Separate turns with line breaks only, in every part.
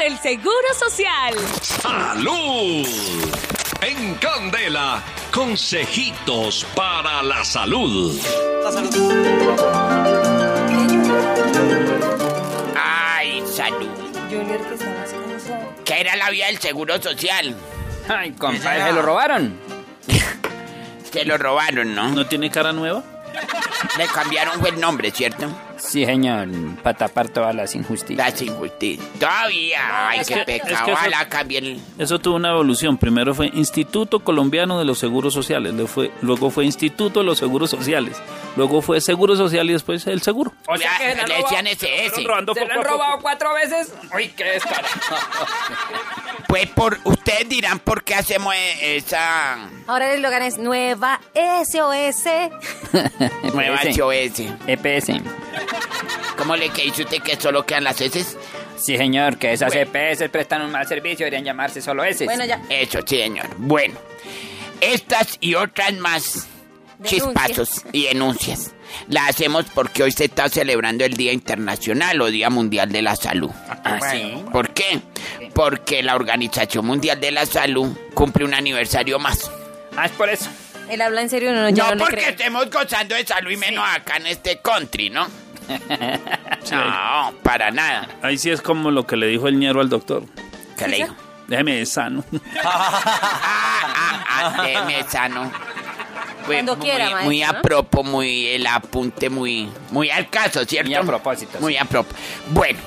del Seguro Social.
¡Salud! En Candela, consejitos para la salud.
La salud.
Ay, salud.
Junior que está más cansado.
¿Qué era la vía del seguro social?
Ay, compadre, se lo robaron.
Se lo robaron, ¿no?
¿No tiene cara nueva?
Le cambiaron el nombre, ¿cierto?
Sí, señor, para tapar todas las injusticias.
Las injusticias. Todavía. Ay, qué pecado.
es que eso-
Ojalá cambien.
Eso tuvo una evolución. Primero fue Instituto Colombiano de los Seguros Sociales, luego fue, luego fue Instituto de los Seguros Sociales, luego fue Seguro Social y después el Seguro.
O sea que se la
le
roba-
decían E SS.
Se lo han robado cuatro veces. Uy, qué descarado.
Pues por, ustedes dirán por qué hacemos e- esa
Ahora el eslogan es Nueva SOS.
E
nueva
EPS.
SOS.
EPS.
¿Cómo le que dice usted que solo quedan las S?
Sí, señor, que esas
Bueno.
EPS prestan un mal servicio, deberían llamarse solo S.
Bueno, ya.
Eso, sí, señor. Bueno, estas y otras más
Denuncias.
chispazos y denuncias las hacemos porque hoy se está celebrando el Día Internacional o Día Mundial de la Salud.
Ah, sí.
¿Por qué? Porque la Organización Mundial de la Salud cumple un aniversario más.
Ah, es por eso.
Él habla en serio, uno ya no,
no
le
porque
cree.
estemos gozando de salud y menos acá en este country, ¿no? No, para nada.
Ahí sí es como lo que le dijo el ñero al doctor.
¿Qué le digo?
Déjeme de sano.
Ah, ah, ah, déjeme sano. Fue
Cuando
muy,
quiera, maestro,
Muy
¿no?
a propo, muy el apunte, muy, muy al caso, ¿cierto?
Muy a propósito,
Muy
sí.
a propo. Bueno.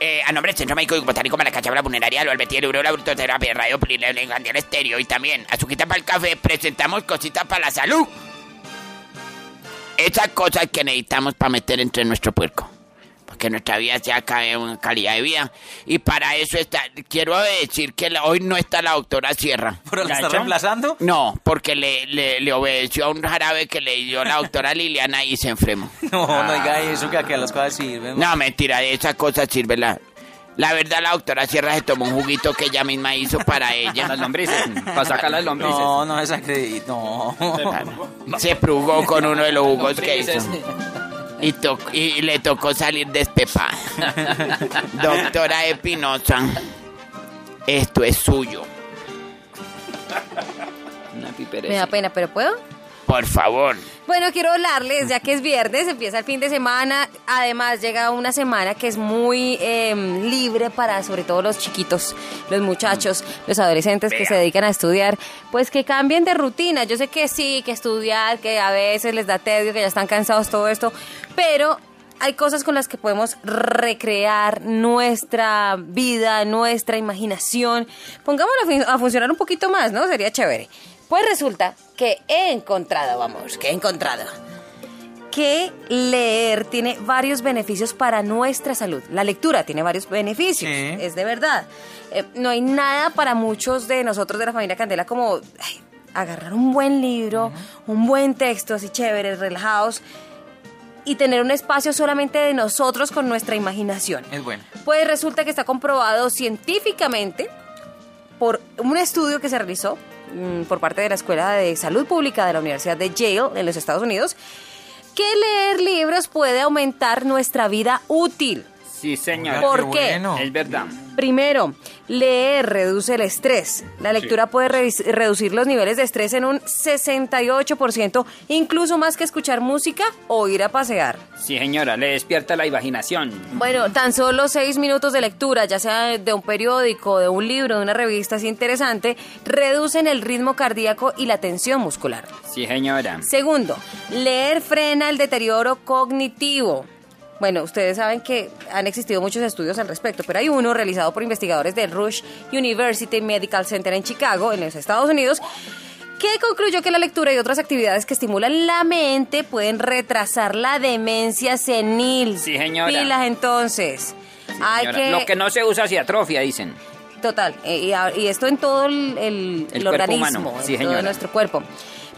eh, a nombre del Centro Médico y Botánico Maracachaba, la Funeraria, lo Albertí, el Euro, la Brutoterapia, Radio Plina, el Engandial Estéreo y también Azuquita para el Café, presentamos cositas para la salud. Esas cosas que necesitamos para meter entre nuestro puerco. Porque nuestra vida sea ca- una calidad de vida. Y para eso está. Quiero decir que la- hoy no está la doctora Sierra.
¿Pero la está
¿Gancho?
reemplazando?
No, porque le, le, le obedeció a un jarabe que le dio la doctora Liliana y se enfermó.
No, no diga eso, que aquí a las cosas sirven.
No, mentira, de esas cosas sirve la... La verdad, la doctora Sierra se tomó un juguito que ella misma hizo para
Las
ella.
lombrices. Para sacar las lombrices.
No, no es acredito. No.
Claro. Se prugó con uno de los jugos que hizo. Y, to- y le tocó salir despepada. Doctora Espinosa, esto es suyo.
Una
Me da
pipereza.
pena, pero ¿puedo?
Por favor.
Bueno, quiero hablarles, ya que es viernes, empieza el fin de semana. Además, llega una semana que es muy eh, libre para, sobre todo, los chiquitos, los muchachos, los adolescentes que se dedican a estudiar. Pues que cambien de rutina. Yo sé que sí, que estudiar, que a veces les da tedio, que ya están cansados, todo esto. Pero hay cosas con las que podemos recrear nuestra vida, nuestra imaginación. Pongámoslo a fun- a funcionar un poquito más, ¿no? Sería chévere. Pues resulta que he encontrado, vamos, que he encontrado que leer tiene varios beneficios para nuestra salud. La lectura tiene varios beneficios,
Sí.
es de verdad. Eh, no hay nada para muchos de nosotros de la familia Candela como ay, agarrar un buen libro, un buen texto, así chéveres, relajados, y tener un espacio solamente de nosotros con nuestra imaginación.
Es bueno.
Pues resulta que está comprobado científicamente por un estudio que se realizó mm, por parte de la Escuela de Salud Pública de la Universidad de Yale en los Estados Unidos que leer libros puede aumentar nuestra vida útil.
Sí, señor.
Ah,
¿Por qué?
bueno.
Es verdad.
Primero, leer reduce el estrés. La lectura puede re- reducir los niveles de estrés en un 68%, incluso más que escuchar música o ir a pasear.
Sí, señora, le despierta la imaginación.
Bueno, tan solo seis minutos de lectura, ya sea de un periódico, de un libro, de una revista así interesante, reducen el ritmo cardíaco y la tensión muscular.
Sí, señora.
Segundo, leer frena el deterioro cognitivo. Bueno, ustedes saben que han existido muchos estudios al respecto, pero hay uno realizado por investigadores del Rush University Medical Center en Chicago, en los Estados Unidos, que concluyó que la lectura y otras actividades que estimulan la mente pueden retrasar la demencia senil.
Sí, señora.
Pilas entonces. Hay
Señora,
que...
Lo que no se usa se atrofia, dicen.
Total, eh, y, a- y esto en todo el, el-
El
el
cuerpo
organismo,
humano, sí,
en todo
señora.
nuestro cuerpo.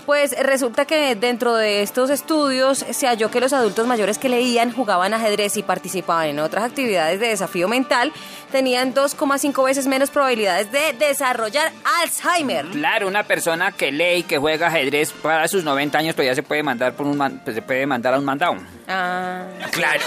Pues resulta que dentro de estos estudios se halló que los adultos mayores que leían, jugaban ajedrez y participaban en otras actividades de desafío mental tenían 2,5 veces menos probabilidades de desarrollar Alzheimer.
Claro, una persona que lee y que juega ajedrez para sus 90 años todavía se puede mandar por un man- pues, se puede mandar a un mandado.
Ah,
Claro.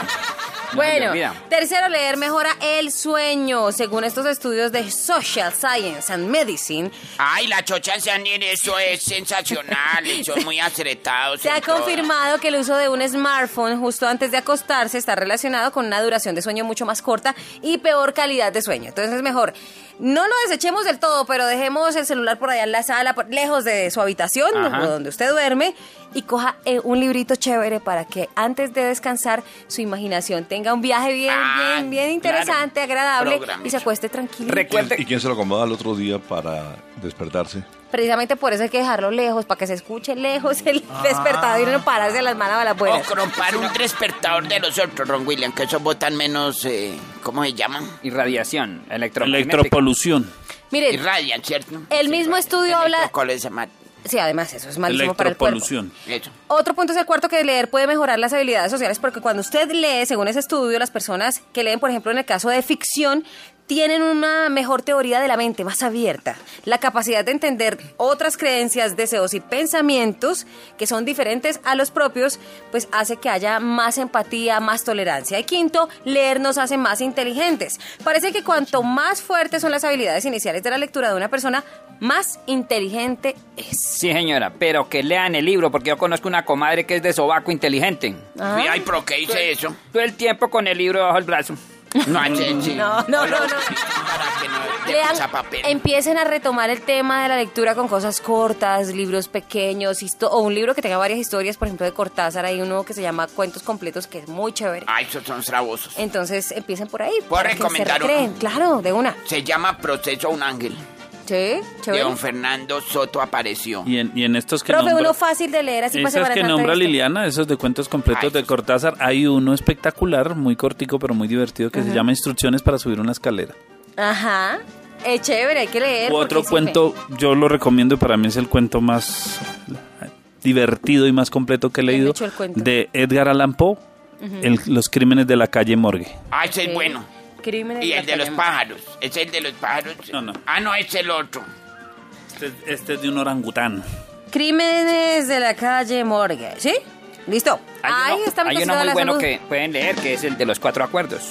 Bueno,
mira.
tercero, leer mejora el sueño. Según estos estudios de Social Science and Medicine,
Ay, la chocha se han eso es sensacional. y Son muy acertados.
se
en
ha
todo.
confirmado que el uso de un smartphone justo antes de acostarse está relacionado con una duración de sueño mucho más corta y peor calidad de sueño. Entonces es mejor, no lo desechemos del todo, pero dejemos el celular por allá en la sala, por- lejos de su habitación,
Ajá.
o donde usted duerme, y coja eh, un librito chévere para que antes de descansar su imaginación tenga un viaje bien,
Ah,
bien, bien interesante, agradable, y se
Programita.
acueste tranquilo.
Recuerde.
¿Y quién se lo acomoda al otro día para despertarse?
Precisamente por eso hay que dejarlo lejos, para que se escuche lejos el despertador y no pararse las manos a las
O
buenas.
crompar un despertador de los otros, Ron William, que esos botan menos. eh, ¿Cómo se llaman?
Irradiación electromagnética.
Electropolución.
Miren,
Irradian, ¿cierto?
el mismo estudio habla...
¿Cuál es llama?
Sí, además eso es malísimo para el cuerpo.
Electropolución.
Eso.
Otro punto es el cuarto que leer puede mejorar las habilidades sociales porque cuando usted lee, según ese estudio, las personas que leen, por ejemplo, en el caso de ficción, tienen una mejor teoría de la mente, más abierta, la capacidad de entender otras creencias, deseos y pensamientos que son diferentes a los propios, pues hace que haya más empatía, más tolerancia. Y quinto, leer nos hace más inteligentes. Parece que cuanto más fuertes son las habilidades iniciales de la lectura de una persona, más inteligente es.
Sí, señora, pero que lean el libro, porque yo conozco una comadre que es de sobaco inteligente.
Ah.
Ay, ¿pero qué hice eso?
Todo el tiempo con el libro bajo el brazo.
No, sí, sí.
No, no, no, no.
Para que no te
Lean,
pisa papel.
empiecen a retomar el tema de la lectura con cosas cortas, libros pequeños, histo- o un libro que tenga varias historias, por ejemplo, de Cortázar, hay uno que se llama Cuentos Completos, que es muy chévere.
Ay, Ah, esos son trabosos.
Entonces empiecen por ahí.
¿Puedo
para que se
recomendar uno?
recreen. Claro, de una.
Se llama Proceso a un ángel.
Sí,
De
chévere.
don Fernando Soto apareció.
Y en, y en estos que
Profe,
nombra-
uno fácil de leer, así para
Esas
Semana
que
Santa
nombra
esto.
Liliana, esos de cuentos
Ay,
completos de
esos-
Cortázar, hay uno espectacular, muy cortico pero muy divertido, que se llama Instrucciones para subir una escalera.
Ajá. Es chévere, hay que leer.
U otro
porque sirve.
cuento, yo lo recomiendo y para mí es el cuento más divertido y más completo que he leído,
hecho el cuento.
de Edgar Allan Poe, el- Los crímenes de la calle Morgue.
Ay, Ah, ese
Sí.
es bueno.
Crímenes
Y
la
el de los
calle.
pájaros. Es el de los pájaros.
No, no.
Ah, no, es el otro.
Este, es de un orangután.
Crímenes de la calle Morgue. ¿Sí? Listo.
Hay
Ahí
uno,
está mi
hay
consejo
uno
de
muy
la
bueno
salud.
que pueden leer, que es el de los cuatro acuerdos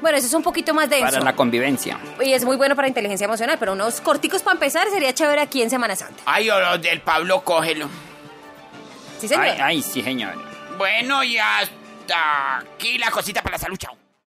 Bueno, eso es un poquito más denso.
para la convivencia.
Y es muy bueno para inteligencia emocional, pero unos corticos para empezar sería chévere aquí en Semana Santa.
Ay, o los del Pablo, cógelo.
Sí, señor.
Ay, ay, sí, señor.
Bueno, y hasta aquí la cosita para la salud, chao.